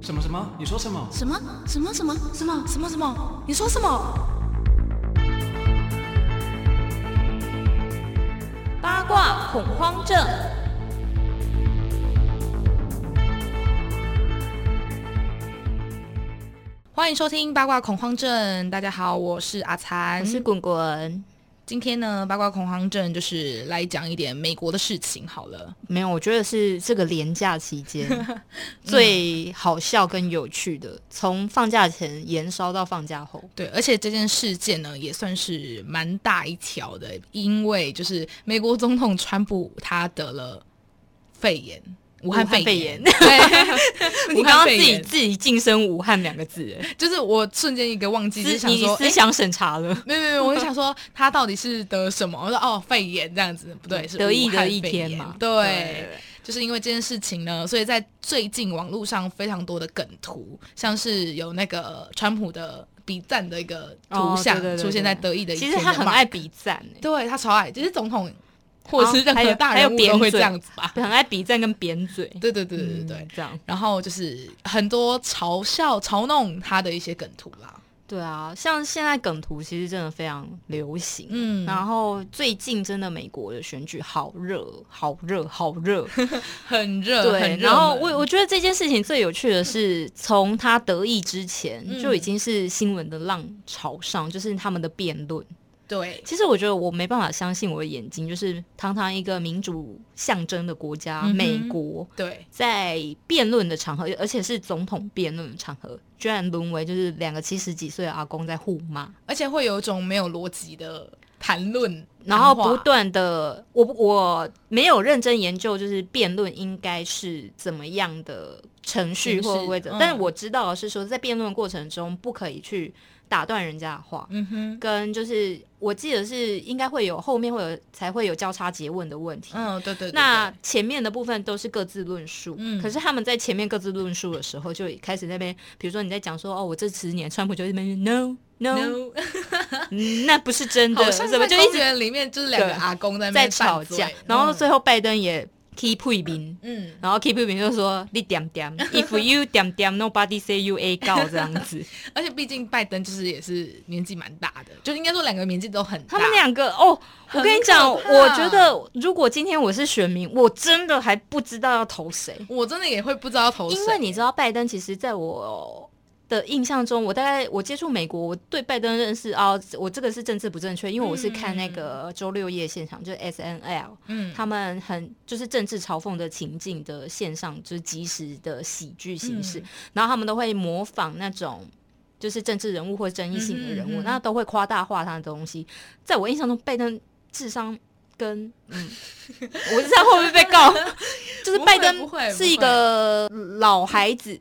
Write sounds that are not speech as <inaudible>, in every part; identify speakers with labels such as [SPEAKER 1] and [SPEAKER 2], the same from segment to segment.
[SPEAKER 1] 什么什么？你说什么？
[SPEAKER 2] 什么什么什么什么什么什么？你说什么？
[SPEAKER 3] 八卦恐慌症。欢迎收听八卦恐慌症。大家好，我是阿残，
[SPEAKER 2] 我是滚滚。
[SPEAKER 3] 今天呢，八卦恐慌症就是来讲一点美国的事情好了。
[SPEAKER 2] 没有，我觉得是这个廉假期 <laughs> 间最好笑跟有趣的，从放假前延烧到放假后。
[SPEAKER 3] 对，而且这件事件呢，也算是蛮大一条的，因为就是美国总统川普他得了肺炎，武汉肺炎。
[SPEAKER 2] 武汉
[SPEAKER 3] 对， <laughs>
[SPEAKER 2] <laughs> 你
[SPEAKER 3] 武汉
[SPEAKER 2] 刚刚自
[SPEAKER 3] 肺
[SPEAKER 2] 己
[SPEAKER 3] 炎
[SPEAKER 2] 自己晋升“武汉”两个字，哎
[SPEAKER 3] 就是我瞬间一个忘记，就
[SPEAKER 2] 思
[SPEAKER 3] 想
[SPEAKER 2] 你
[SPEAKER 3] 说，
[SPEAKER 2] 思
[SPEAKER 3] 哎，
[SPEAKER 2] 想审查了。
[SPEAKER 3] 没有没有没有，我就想说他到底是得什么？我说哦，肺炎这样子，不对，是
[SPEAKER 2] 嗯得意
[SPEAKER 3] 武汉
[SPEAKER 2] 得意
[SPEAKER 3] 肺
[SPEAKER 2] 天
[SPEAKER 3] 炎
[SPEAKER 2] 嘛
[SPEAKER 3] 对，就是因为这件事情呢，所以在最近网络上非常多的梗图，像是有那个川普的比赞的一个图
[SPEAKER 2] 哦对对
[SPEAKER 3] 像
[SPEAKER 2] 对
[SPEAKER 3] 出现在
[SPEAKER 2] 对
[SPEAKER 3] 得意的一
[SPEAKER 2] 其
[SPEAKER 3] 天
[SPEAKER 2] 实
[SPEAKER 3] 的
[SPEAKER 2] 他很
[SPEAKER 3] mark
[SPEAKER 2] 爱比赞，哎
[SPEAKER 3] 对他超爱，就是总统或者是
[SPEAKER 2] 哦还
[SPEAKER 3] 任
[SPEAKER 2] 有
[SPEAKER 3] 何大
[SPEAKER 2] 还有
[SPEAKER 3] 人物
[SPEAKER 2] 扁
[SPEAKER 3] 都会
[SPEAKER 2] 嘴
[SPEAKER 3] 这样子
[SPEAKER 2] <laughs>
[SPEAKER 3] 吧？
[SPEAKER 2] 很爱比赞跟扁嘴。
[SPEAKER 3] 对对对对对对。
[SPEAKER 2] 嗯这样。
[SPEAKER 3] 然后就是很多嘲笑、嘲弄他的一些梗图啦。
[SPEAKER 2] 对啊，像现在梗图其实真的非常流行。
[SPEAKER 3] 嗯，
[SPEAKER 2] 然后最近真的美国的选举好热，好热，好
[SPEAKER 3] <laughs>
[SPEAKER 2] 热。
[SPEAKER 3] 很热，
[SPEAKER 2] 对，
[SPEAKER 3] 很热
[SPEAKER 2] 然后
[SPEAKER 3] 门
[SPEAKER 2] 我我觉得这件事情最有趣的是，从他得意之前
[SPEAKER 3] 嗯
[SPEAKER 2] 就已经是新闻的浪潮上，就是他们的辩论。
[SPEAKER 3] 对
[SPEAKER 2] 其实我觉得我没办法相信我的眼睛，就是堂堂一个民主象征的国家，
[SPEAKER 3] 嗯哼
[SPEAKER 2] 美国。
[SPEAKER 3] 对
[SPEAKER 2] 在辩论的场合，而且是总统辩论的场合，居然沦为就是两个七十几岁的阿公在互骂，
[SPEAKER 3] 而且会有一种没有逻辑的谈论，
[SPEAKER 2] 然后
[SPEAKER 3] 谈话
[SPEAKER 2] 不断的，我我没有认真研究，就是辩论应该是怎么样的程序
[SPEAKER 3] 形式
[SPEAKER 2] 或规则，
[SPEAKER 3] 嗯
[SPEAKER 2] 但我知道的是说，在辩论过程中不可以去打断人家的话，
[SPEAKER 3] 嗯哼，
[SPEAKER 2] 跟就是我记得是应该会有后面会有才会有交叉诘问的问题。
[SPEAKER 3] 嗯，对对对，
[SPEAKER 2] 那
[SPEAKER 3] 对
[SPEAKER 2] 前面的部分都是各自论述，
[SPEAKER 3] 嗯
[SPEAKER 2] 可是他们在前面各自论述的时候，就开始那边，比如说你在讲说，哦，我这十年川普就在那边 no no，,
[SPEAKER 3] No
[SPEAKER 2] 嗯那不是真的，
[SPEAKER 3] 好像
[SPEAKER 2] 怎么
[SPEAKER 3] 在
[SPEAKER 2] 就一
[SPEAKER 3] 公
[SPEAKER 2] 直
[SPEAKER 3] 园里面就是两
[SPEAKER 2] 对
[SPEAKER 3] 个阿公在那
[SPEAKER 2] 在
[SPEAKER 3] 边
[SPEAKER 2] 吵
[SPEAKER 3] 拌嘴
[SPEAKER 2] 架，然后
[SPEAKER 3] 嗯
[SPEAKER 2] 最后拜登也 keep 退兵，
[SPEAKER 3] 嗯，
[SPEAKER 2] 然后 keep 退兵就说你点 <laughs> 点，if you 点点，nobody say you a 告这样子，
[SPEAKER 3] 而且毕竟拜登就是也是年纪蛮大的，就应该说两个年纪都很大，
[SPEAKER 2] <laughs> 他们两个哦，我
[SPEAKER 3] 很
[SPEAKER 2] 跟你讲，
[SPEAKER 3] 可怕
[SPEAKER 2] 我觉得如果今天我是选民，我真的还不知道要投谁，
[SPEAKER 3] 我真的也会不知道投谁，
[SPEAKER 2] 因为你知道拜登其实在我。的印象中，我大概我接触美国，我对拜登认识啊，我这个是政治不正确，因为我是看那个周六夜现场，就是 S N L，
[SPEAKER 3] 嗯，
[SPEAKER 2] 他们很就是政治嘲讽的情境的线上，就是即时的喜剧形式，
[SPEAKER 3] 嗯
[SPEAKER 2] 然后他们都会模仿那种。就是政治人物或争议性的人
[SPEAKER 3] 嗯
[SPEAKER 2] 物，
[SPEAKER 3] 哼嗯哼
[SPEAKER 2] 那都会夸大化他的东西。在我印象中，拜登智商跟
[SPEAKER 3] <laughs>
[SPEAKER 2] 嗯，我不知道会不会被告，就是拜登
[SPEAKER 3] 不会不会
[SPEAKER 2] 是一个老孩子，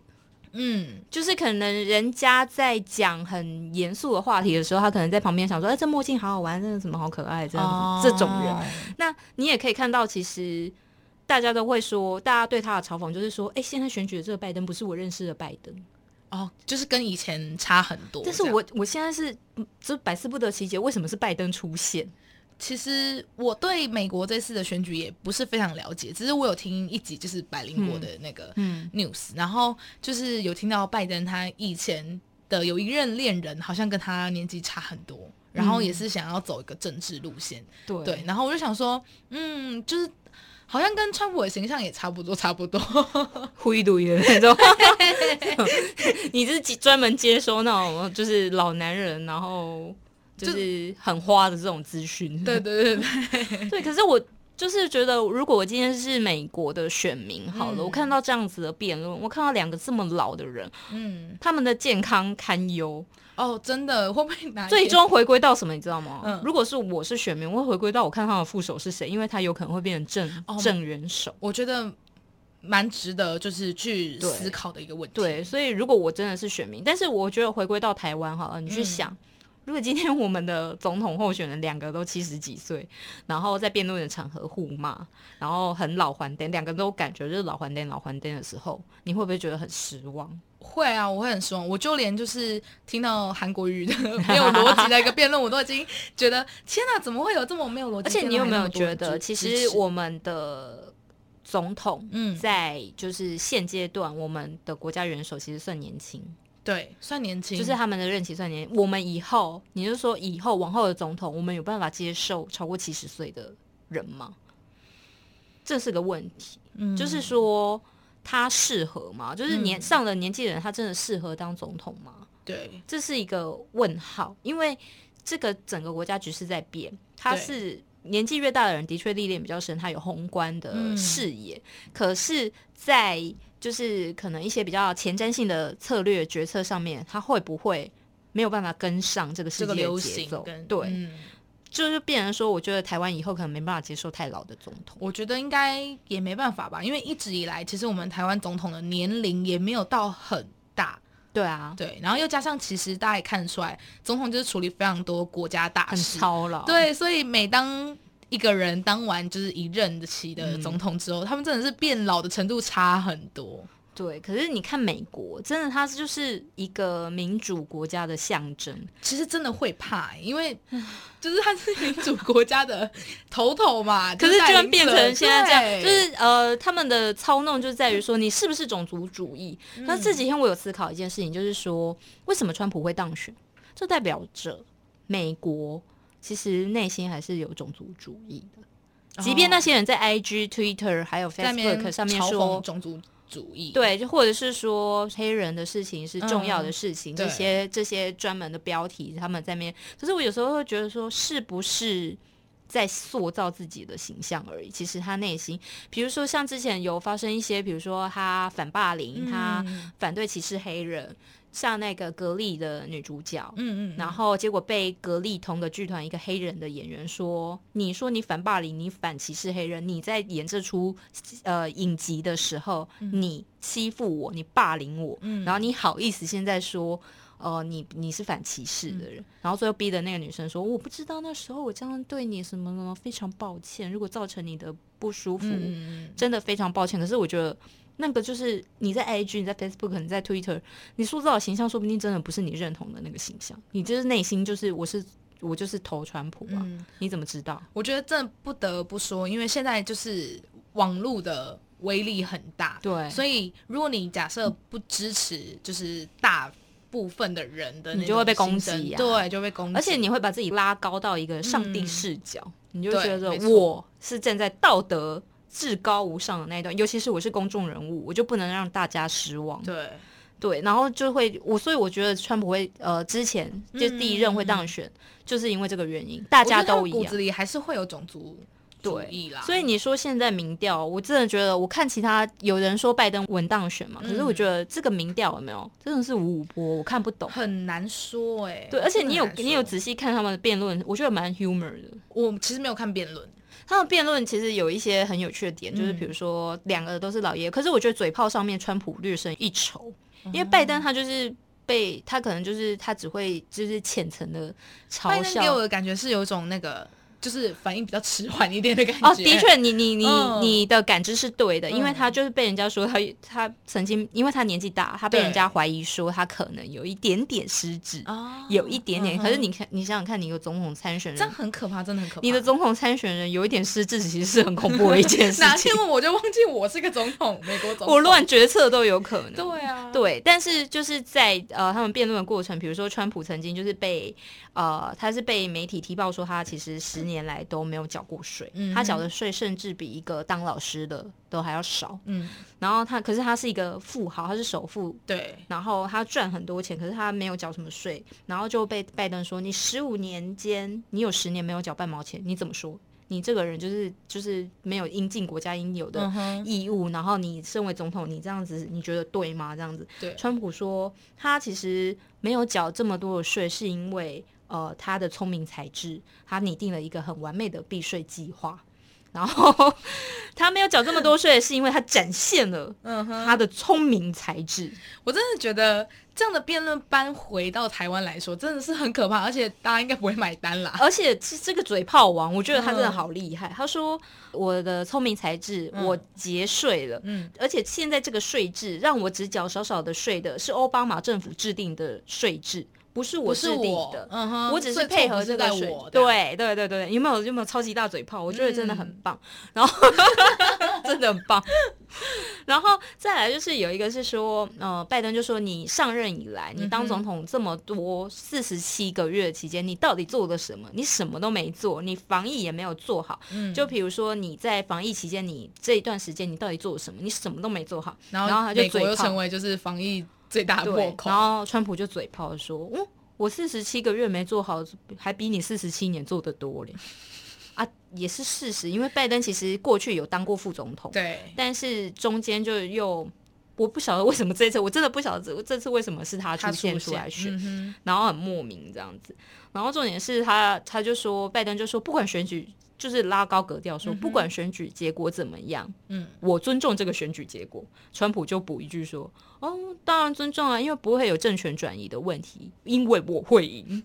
[SPEAKER 3] 嗯，
[SPEAKER 2] 就是可能人家在讲很严肃的话题的时候，他可能在旁边想说：“哎、这墨镜好好玩，这个什么好可爱，这样子、这种人。”
[SPEAKER 3] 哦，
[SPEAKER 2] 那你也可以看到，其实大家都会说，大家对他的嘲讽就是说，哎、现在选举的这个拜登不是我认识的拜登，
[SPEAKER 3] 哦，就是跟以前差很多哦这
[SPEAKER 2] 但
[SPEAKER 3] 样，
[SPEAKER 2] 是我我现在是嗯就百思不得其解，为什么是拜登出现？
[SPEAKER 3] 其实我对美国这次的选举也不是非常了解，只是我有听一集就是百灵果的那个
[SPEAKER 2] 嗯
[SPEAKER 3] news，、然后就是有听到拜登他以前的有一任恋人好像跟他年纪差很多，然后也是想要走一个政治路线，
[SPEAKER 2] 嗯对
[SPEAKER 3] 对，然后我就想说，嗯，就是好像跟川普的形象也差不多，差
[SPEAKER 2] <laughs>
[SPEAKER 3] 不多，
[SPEAKER 2] 灰度的那种， <laughs> 你是专门接收那种就是老男人，然后就是很花的这种资讯，
[SPEAKER 3] 对对对对，
[SPEAKER 2] <laughs> 对，可是我就是觉得，如果我今天是美国的选民，好了，
[SPEAKER 3] 嗯
[SPEAKER 2] 我看到这样子的辩论，我看到两个这么老的人，
[SPEAKER 3] 嗯，
[SPEAKER 2] 他们的健康堪忧，
[SPEAKER 3] 哦，真的会不会拿一
[SPEAKER 2] 最
[SPEAKER 3] 点
[SPEAKER 2] 终回归到什么，你知道吗？
[SPEAKER 3] 嗯
[SPEAKER 2] 如果是我是选民，我会回归到我看他的副手是谁，因为他有可能会变成正、
[SPEAKER 3] 哦
[SPEAKER 2] 正元首。
[SPEAKER 3] 我觉得蛮值得就是去
[SPEAKER 2] 对
[SPEAKER 3] 思考的一个问题，
[SPEAKER 2] 对，所以如果我真的是选民，但是我觉得回归到台湾好了，你去
[SPEAKER 3] 嗯
[SPEAKER 2] 想。如果今天我们的总统候选人两个都七十几岁，然后在辩论的场合互骂，然后很老还灯，两个都感觉就是老还灯老还灯的时候，你会不会觉得很失望？
[SPEAKER 3] 会啊，我会很失望。我就连就是听到韩国瑜的 <laughs> 没有逻辑的一个辩论，我都已经觉得天哪，怎么会有这么没有逻辑
[SPEAKER 2] 而
[SPEAKER 3] 辩
[SPEAKER 2] 且
[SPEAKER 3] 论？
[SPEAKER 2] 你有没有
[SPEAKER 3] 还那么多
[SPEAKER 2] 觉
[SPEAKER 3] 人
[SPEAKER 2] 得，
[SPEAKER 3] 支
[SPEAKER 2] 其实
[SPEAKER 3] 支持
[SPEAKER 2] 我们的总统
[SPEAKER 3] 嗯，
[SPEAKER 2] 在就是现阶段，我们的国家元首其实算年轻，
[SPEAKER 3] 对，算年轻，
[SPEAKER 2] 就是他们的任期算年。我们以后，你就说以后往后的总统，我们有办法接受超过七十岁的人吗？这是个问题，
[SPEAKER 3] 嗯
[SPEAKER 2] 就是说他适合吗？就是年、上了年纪的人，他真的适合当总统吗？
[SPEAKER 3] 对，
[SPEAKER 2] 这是一个问号，因为这个整个国家局势在变，他
[SPEAKER 3] 对
[SPEAKER 2] 是年纪越大的人的确历练比较深，他有宏观的
[SPEAKER 3] 嗯
[SPEAKER 2] 视野，可是，在就是可能一些比较前瞻性的策略决策上面，他会不会？没有办法跟上这个
[SPEAKER 3] 这
[SPEAKER 2] 世界
[SPEAKER 3] 个流
[SPEAKER 2] 的节
[SPEAKER 3] 行
[SPEAKER 2] 奏，
[SPEAKER 3] 跟
[SPEAKER 2] 对，
[SPEAKER 3] 嗯
[SPEAKER 2] 就是变成说，我觉得台湾以后可能没办法接受太老的总统，
[SPEAKER 3] 我觉得应该也没办法吧，因为一直以来，其实我们台湾总统的年龄也没有到很大，
[SPEAKER 2] 对啊，
[SPEAKER 3] 对，然后又加上其实大家也看得出来，总统就是处理非常多国家大
[SPEAKER 2] 很
[SPEAKER 3] 事，
[SPEAKER 2] 操劳，，
[SPEAKER 3] 对，所以每当一个人当完就是一任的期的总统之后，他们真的是变老的程度差很多，
[SPEAKER 2] 对。可是你看美国，真的，它就是一个民主国家的象征，
[SPEAKER 3] 其实真的会怕、欸因
[SPEAKER 2] <sighs>
[SPEAKER 3] 为就是他是民主国家的头头嘛，
[SPEAKER 2] <laughs> 可是
[SPEAKER 3] 是
[SPEAKER 2] 居
[SPEAKER 3] 带
[SPEAKER 2] 然
[SPEAKER 3] 领
[SPEAKER 2] 变
[SPEAKER 3] 者
[SPEAKER 2] 成现在这样，
[SPEAKER 3] 对
[SPEAKER 2] 就是呃，他们的操弄就在于说你是不是种族主义。
[SPEAKER 3] 嗯
[SPEAKER 2] 那这几天我有思考一件事情，就是说为什么川普会当选？这代表着美国其实内心还是有种族主义的，即便那些人在 IG、Twitter 还有
[SPEAKER 3] 哦在那边
[SPEAKER 2] Facebook 上面
[SPEAKER 3] 嘲讽
[SPEAKER 2] 说。
[SPEAKER 3] 种族主义，
[SPEAKER 2] 对，就或者是说黑人的事情是重要的事
[SPEAKER 3] 嗯
[SPEAKER 2] 情，这
[SPEAKER 3] 对
[SPEAKER 2] 些这些专门的标题他们在面。可是我有时候会觉得说，是不是在塑造自己的形象而已？其实他内心，比如说像之前有发生一些，比如说他反霸凌，他
[SPEAKER 3] 嗯
[SPEAKER 2] 反对歧视黑人，像那个格力的女主角，
[SPEAKER 3] 嗯嗯，
[SPEAKER 2] 然后结果被格力同个剧团一个黑人的演员说：“你说你反霸凌，你反歧视黑人，你在演这出呃影集的时候，
[SPEAKER 3] 嗯
[SPEAKER 2] 你欺负我，你霸凌我，然后你好意思现在说。”呃，你你是反歧视的
[SPEAKER 3] 嗯
[SPEAKER 2] 人，然后最后逼的那个女生说：“我不知道那时候我这样对你什么什么，非常抱歉，如果造成你的不舒服，
[SPEAKER 3] 嗯嗯
[SPEAKER 2] 真的非常抱歉。可是我觉得那个就是你在 IG、你在 Facebook、你在 Twitter，你塑造的形象，说不定真的不是你认同的那个形象。你就是内心就是我是我就是投川普啊，
[SPEAKER 3] 嗯
[SPEAKER 2] 你怎么知道？
[SPEAKER 3] 我觉得真的不得不说，因为现在就是网络的威力很大，
[SPEAKER 2] 对
[SPEAKER 3] 所以如果你假设不支持，就是大部分的人的那种心声，
[SPEAKER 2] 你就会被攻击啊
[SPEAKER 3] 对，就会被攻击，
[SPEAKER 2] 而且你会把自己拉高到一个上帝视角，你就
[SPEAKER 3] 嗯对
[SPEAKER 2] 觉得
[SPEAKER 3] 没错
[SPEAKER 2] 我是站在道德至高无上的那一段，尤其是我是公众人物，我就不能让大家失望。
[SPEAKER 3] 对，
[SPEAKER 2] 对，然后就会我，所以我觉得川普会呃之前就
[SPEAKER 3] 嗯
[SPEAKER 2] 第一任会当选，就是因为这个原因，
[SPEAKER 3] 大
[SPEAKER 2] 大家都一
[SPEAKER 3] 骨
[SPEAKER 2] 样
[SPEAKER 3] 子。里还是会有种族主义啦，
[SPEAKER 2] 所以你说现在民调，我真的觉得，我看其他有人说拜登稳当选嘛，可是我觉得这个民调有没有真的是五五波，我看不懂。
[SPEAKER 3] 很难说哎、
[SPEAKER 2] 对，而且
[SPEAKER 3] 真的
[SPEAKER 2] 你有
[SPEAKER 3] 很难说
[SPEAKER 2] 你有仔细看他们的辩论，我觉得蛮 humor 的。
[SPEAKER 3] 我其实没有看辩论，
[SPEAKER 2] 他们辩论其实有一些很有趣的点，就是比如说两个都是老爷，可是我觉得嘴炮上面川普略胜一筹，因为拜登他就是被他可能就是他只会就是浅层的
[SPEAKER 3] 拜登
[SPEAKER 2] 嘲笑
[SPEAKER 3] 给。我的感觉是有一种那个就是反应比较迟缓一点的 <laughs> 感觉，
[SPEAKER 2] 哦，的，确，你你你、
[SPEAKER 3] 嗯
[SPEAKER 2] 你的感知是对的，因为
[SPEAKER 3] 嗯
[SPEAKER 2] 他就是被人家说他他曾经，因为他年纪大，他被
[SPEAKER 3] 对
[SPEAKER 2] 人家怀疑说他可能有一点点失智，
[SPEAKER 3] 哦，
[SPEAKER 2] 有一点点。
[SPEAKER 3] 嗯哼
[SPEAKER 2] 可是你看，你想想看，你有总统参选
[SPEAKER 3] 这样
[SPEAKER 2] 人，
[SPEAKER 3] 很可怕，真的很可怕，
[SPEAKER 2] 你的总统参选人有一点失智，其实是很恐怖的一件
[SPEAKER 3] <laughs>
[SPEAKER 2] 事
[SPEAKER 3] 哪
[SPEAKER 2] 情
[SPEAKER 3] 天。我就忘记我是个总统，美国总统。
[SPEAKER 2] 我乱决策都有可能。
[SPEAKER 3] 对啊，
[SPEAKER 2] 对，但是就是在呃他们辩论的过程，比如说川普曾经就是被呃他是被媒体踢爆说他其实十年来都没有缴过税，
[SPEAKER 3] 嗯
[SPEAKER 2] 他缴的税甚至比一个当老师的都还要少。
[SPEAKER 3] 嗯，
[SPEAKER 2] 然后他可是他是一个富豪，他是首富。
[SPEAKER 3] 对，
[SPEAKER 2] 然后他赚很多钱，可是他没有缴什么税，然后就被拜登说：“你十五年间，你有十年没有缴半毛钱，你怎么说？你这个人就是就是没有应尽国家应有的
[SPEAKER 3] 嗯哼，
[SPEAKER 2] 义务，然后你身为总统，你这样子你觉得对吗？这样子，
[SPEAKER 3] 对，
[SPEAKER 2] 川普说他其实没有缴这么多的税，是因为呃他的聪明才智，他拟定了一个很完美的避税计划。然后他没有缴这么多税，是因为他展现了
[SPEAKER 3] 嗯哼，
[SPEAKER 2] 他的聪明才智。
[SPEAKER 3] 我真的觉得这样的辩论搬回到台湾来说，真的是很可怕，而且大家应该不会买单啦。
[SPEAKER 2] 而且这这个嘴炮王，我觉得他真
[SPEAKER 3] 嗯
[SPEAKER 2] 的好厉害。他说我的聪明才智，我节税了，
[SPEAKER 3] 嗯，
[SPEAKER 2] 而且现在这个税制让我只缴少少的税的，是奥巴马政府制定的税制。不是我
[SPEAKER 3] 不是
[SPEAKER 2] 制定
[SPEAKER 3] 我
[SPEAKER 2] 的，
[SPEAKER 3] 嗯哼，
[SPEAKER 2] 我只
[SPEAKER 3] 所
[SPEAKER 2] 是
[SPEAKER 3] 以
[SPEAKER 2] 配
[SPEAKER 3] 错
[SPEAKER 2] 合
[SPEAKER 3] 不是
[SPEAKER 2] 这个
[SPEAKER 3] 在
[SPEAKER 2] 水
[SPEAKER 3] 我，的，
[SPEAKER 2] 对对对对，有没有有没有超级大嘴炮？我觉得真的
[SPEAKER 3] 嗯
[SPEAKER 2] 很棒，然后 <laughs> 真的很棒。然后再来就是有一个是说，呃，拜登就说你上任以来，你
[SPEAKER 3] 嗯
[SPEAKER 2] 当总统这么多四十七个月期间，你到底做了什么？你什么都没做，你防疫也没有做好。
[SPEAKER 3] 嗯
[SPEAKER 2] 就比如说你在防疫期间，你这一段时间你到底做了什么？你什么都没做好。
[SPEAKER 3] 然
[SPEAKER 2] 然后他就
[SPEAKER 3] 美国
[SPEAKER 2] 嘴
[SPEAKER 3] 又
[SPEAKER 2] 炮
[SPEAKER 3] 成为就是防疫最大的破
[SPEAKER 2] 对，
[SPEAKER 3] 口
[SPEAKER 2] 然，后川普就嘴炮说：“嗯，我四十七个月没做好，还比你四十七年做的多嘞。”啊，也是事实，因为拜登其实过去有当过副总统，
[SPEAKER 3] 对，
[SPEAKER 2] 但是中间就又我不晓得为什么这次，我真的不晓得这这次为什么是他
[SPEAKER 3] 他
[SPEAKER 2] 出现出
[SPEAKER 3] 出
[SPEAKER 2] 来选，
[SPEAKER 3] 嗯哼
[SPEAKER 2] 然后很莫名这样子。然后重点是他他就说，拜登就说不管选举。就是拉高格调说，不管选举结果怎么样，
[SPEAKER 3] 嗯，
[SPEAKER 2] 我尊重这个选举结果。川普就补一句说：“哦，当然尊重啊，因为不会有政权转移的问题，因为我会赢。”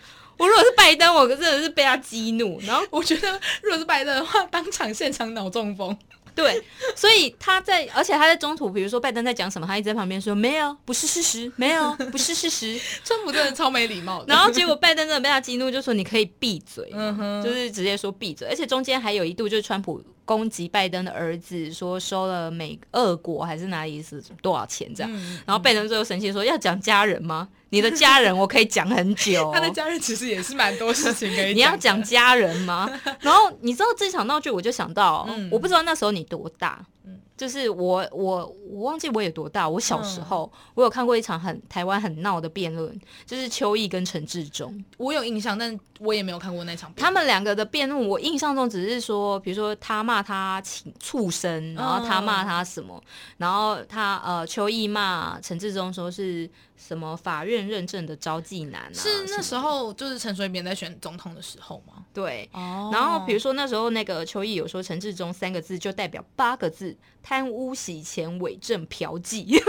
[SPEAKER 2] <laughs> 我如果是拜登，我真的是被他激怒。然后
[SPEAKER 3] 我觉得如果是拜登的话，当场现场脑中风，
[SPEAKER 2] <laughs> 对，所以他在，而且他在中途，比如说拜登在讲什么，他一直在旁边说：“没有，不是事实，没
[SPEAKER 3] <laughs>
[SPEAKER 2] 有，不是事实。
[SPEAKER 3] 川普真的超没礼貌”的。
[SPEAKER 2] <laughs> 然后结果拜登真的被他激怒，就说：“你可以闭嘴。”
[SPEAKER 3] 嗯哼，
[SPEAKER 2] 就是直接说闭嘴，而且中间还有一度就是川普攻击拜登的儿子，说收了美俄国还是哪里是多少钱这样，
[SPEAKER 3] 嗯，
[SPEAKER 2] 然后拜登最后生气说要讲家人吗？你的家人我可以讲很
[SPEAKER 3] <laughs>
[SPEAKER 2] 久
[SPEAKER 3] 他的家人其实也是蛮多事情可以
[SPEAKER 2] <laughs> 你要
[SPEAKER 3] 的
[SPEAKER 2] 讲家人
[SPEAKER 3] <laughs>
[SPEAKER 2] 吗？然后你知道这场闹剧，我就想到，
[SPEAKER 3] 嗯
[SPEAKER 2] 我不知道那时候你多大
[SPEAKER 3] 嗯，
[SPEAKER 2] 就是我我我忘记我有多大，我小时候、
[SPEAKER 3] 嗯
[SPEAKER 2] 我有看过一场很台湾很闹的辩论，就是邱毅跟陈志忠。
[SPEAKER 3] 我有印象，但我也没有看过那场比赛。
[SPEAKER 2] 他们两个的辩论，我印象中只是说，比如说他骂他禽畜
[SPEAKER 3] 嗯
[SPEAKER 2] 生，然后他骂他什么，然后他呃邱毅骂陈志忠说是什么法院认证的招妓男啊，
[SPEAKER 3] 是那时
[SPEAKER 2] 候
[SPEAKER 3] 候就是陈水扁在选总统的时候吗？
[SPEAKER 2] 对。
[SPEAKER 3] 哦
[SPEAKER 2] 然后比如
[SPEAKER 3] 说
[SPEAKER 2] 说那时候那个邱毅有说陈志忠三个字就代表八个字：贪污、洗钱、伪证、嫖妓。 <laughs>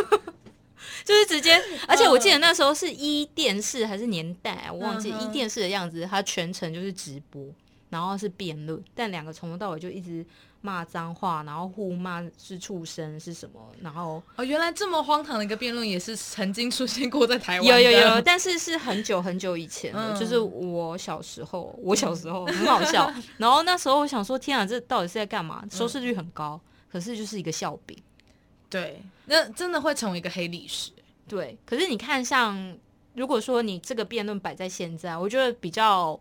[SPEAKER 2] 就是直接，而且我记得那时候是一电视还是年代啊，我忘记
[SPEAKER 3] 嗯
[SPEAKER 2] 一
[SPEAKER 3] 哼
[SPEAKER 2] 电视的样子，他全程就是直播，然后是辩论，但两个从头到尾就一直骂脏话，然后互骂是畜生是什么，然后
[SPEAKER 3] 哦，原来这么荒唐的一个辩论也是曾经出现过在台湾
[SPEAKER 2] 有
[SPEAKER 3] 的。
[SPEAKER 2] 有有，但是是很久很久以前的，
[SPEAKER 3] 嗯
[SPEAKER 2] 就是我小时候，我小
[SPEAKER 3] <laughs>
[SPEAKER 2] 时候很好笑。然后那时候我想说，天啊，这到底是在干嘛？收视率很高，可是就是一个笑柄。
[SPEAKER 3] 对，那真的会成为一个黑历史。
[SPEAKER 2] 对，可是你看像，如果说你这个辩论摆在现在，我觉得比较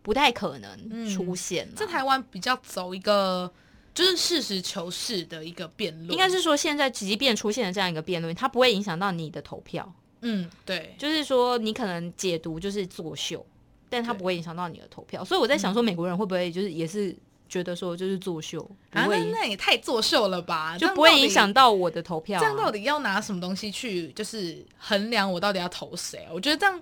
[SPEAKER 2] 不太可能
[SPEAKER 3] 嗯
[SPEAKER 2] 出现啦、
[SPEAKER 3] 在台湾比较走一个就是实事求是的一个辩论，
[SPEAKER 2] 应该是说，现在即便出现了这样一个辩论，它不会影响到你的投票。
[SPEAKER 3] 嗯对，
[SPEAKER 2] 就是说，你可能解读就是作秀，但它
[SPEAKER 3] 对嗯
[SPEAKER 2] 不会影响到你的投票。所以我在想说，美国人会不会就是也是觉得说就是作秀，不
[SPEAKER 3] 啊
[SPEAKER 2] 会
[SPEAKER 3] 那
[SPEAKER 2] 影、
[SPEAKER 3] 那也太作秀了吧，这
[SPEAKER 2] 就
[SPEAKER 3] 样
[SPEAKER 2] 不会
[SPEAKER 3] 到底
[SPEAKER 2] 影响。到我的投票、啊。
[SPEAKER 3] 这样到底要拿什么东西去就是衡量我到底要投谁啊？我觉得这样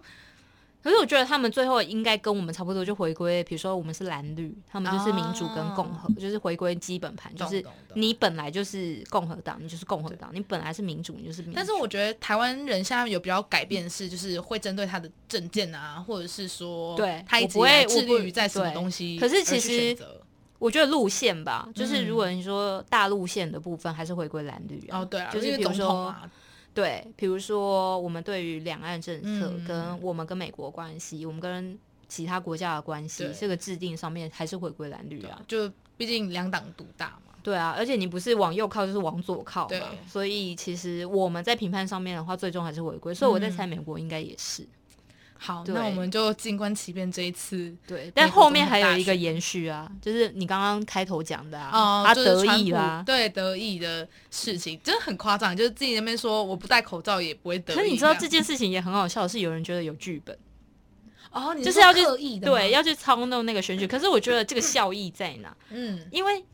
[SPEAKER 2] 可是我觉得他们最后应该跟我们差不多，就回归，比如说我们是蓝绿，他们就是民主跟共和，就是回归基本盘，就
[SPEAKER 3] 哦懂
[SPEAKER 2] 是
[SPEAKER 3] 懂懂
[SPEAKER 2] 你本来就是共和党，你就是共和党；你本来是民主，你就是民主。
[SPEAKER 3] 但是我觉得台湾人现在有比较改变是，就是会针对他的证件啊，或者是说，
[SPEAKER 2] 对
[SPEAKER 3] 他一
[SPEAKER 2] 我
[SPEAKER 3] 直
[SPEAKER 2] 不会
[SPEAKER 3] 以来致
[SPEAKER 2] 我不
[SPEAKER 3] 力于在什么
[SPEAKER 2] 对
[SPEAKER 3] 东西
[SPEAKER 2] 可
[SPEAKER 3] 而
[SPEAKER 2] 是
[SPEAKER 3] 去选
[SPEAKER 2] 其
[SPEAKER 3] 择，
[SPEAKER 2] 实我觉得路线吧，就是如果你说大路线的部分，还是回归蓝绿啊。
[SPEAKER 3] 嗯哦对啊，
[SPEAKER 2] 就是
[SPEAKER 3] 因为
[SPEAKER 2] 比如
[SPEAKER 3] 总统
[SPEAKER 2] 说
[SPEAKER 3] 啊，
[SPEAKER 2] 对，比如说我们对于两岸政策
[SPEAKER 3] 嗯
[SPEAKER 2] 跟我们跟美国关系，我们跟其他国家的关系
[SPEAKER 3] 对，
[SPEAKER 2] 这个制定上面还是回归蓝绿
[SPEAKER 3] 对
[SPEAKER 2] 啊
[SPEAKER 3] 啊。就毕竟两党独大嘛，
[SPEAKER 2] 对啊，而且你不是往右靠就是往左靠
[SPEAKER 3] 对
[SPEAKER 2] 嘛，所以其实我们在评判上面的话，最终还是回归。所以我在
[SPEAKER 3] 嗯
[SPEAKER 2] 猜美国应该也是、
[SPEAKER 3] 好，
[SPEAKER 2] 对嗯
[SPEAKER 3] 那我们就静观其变这一次。
[SPEAKER 2] 对，但
[SPEAKER 3] 美国
[SPEAKER 2] 后面
[SPEAKER 3] 总统
[SPEAKER 2] 还有
[SPEAKER 3] 大
[SPEAKER 2] 一个
[SPEAKER 3] 选
[SPEAKER 2] 延续啊，就是你刚刚开头讲的啊，
[SPEAKER 3] 哦、
[SPEAKER 2] 他
[SPEAKER 3] 就是
[SPEAKER 2] 得
[SPEAKER 3] 川
[SPEAKER 2] 意
[SPEAKER 3] 普
[SPEAKER 2] 啦。
[SPEAKER 3] 对得意的事情真的很夸张，就是自己那边说我不戴口罩也不会得意
[SPEAKER 2] 可
[SPEAKER 3] 样。
[SPEAKER 2] 是你知道这件事情也很好笑，是有人觉得有剧本，
[SPEAKER 3] 哦，你
[SPEAKER 2] 就是
[SPEAKER 3] 说
[SPEAKER 2] 要去
[SPEAKER 3] 刻意的吗
[SPEAKER 2] 对，要去操弄那个选举。可是我觉得这个效益在哪？
[SPEAKER 3] 嗯
[SPEAKER 2] 因为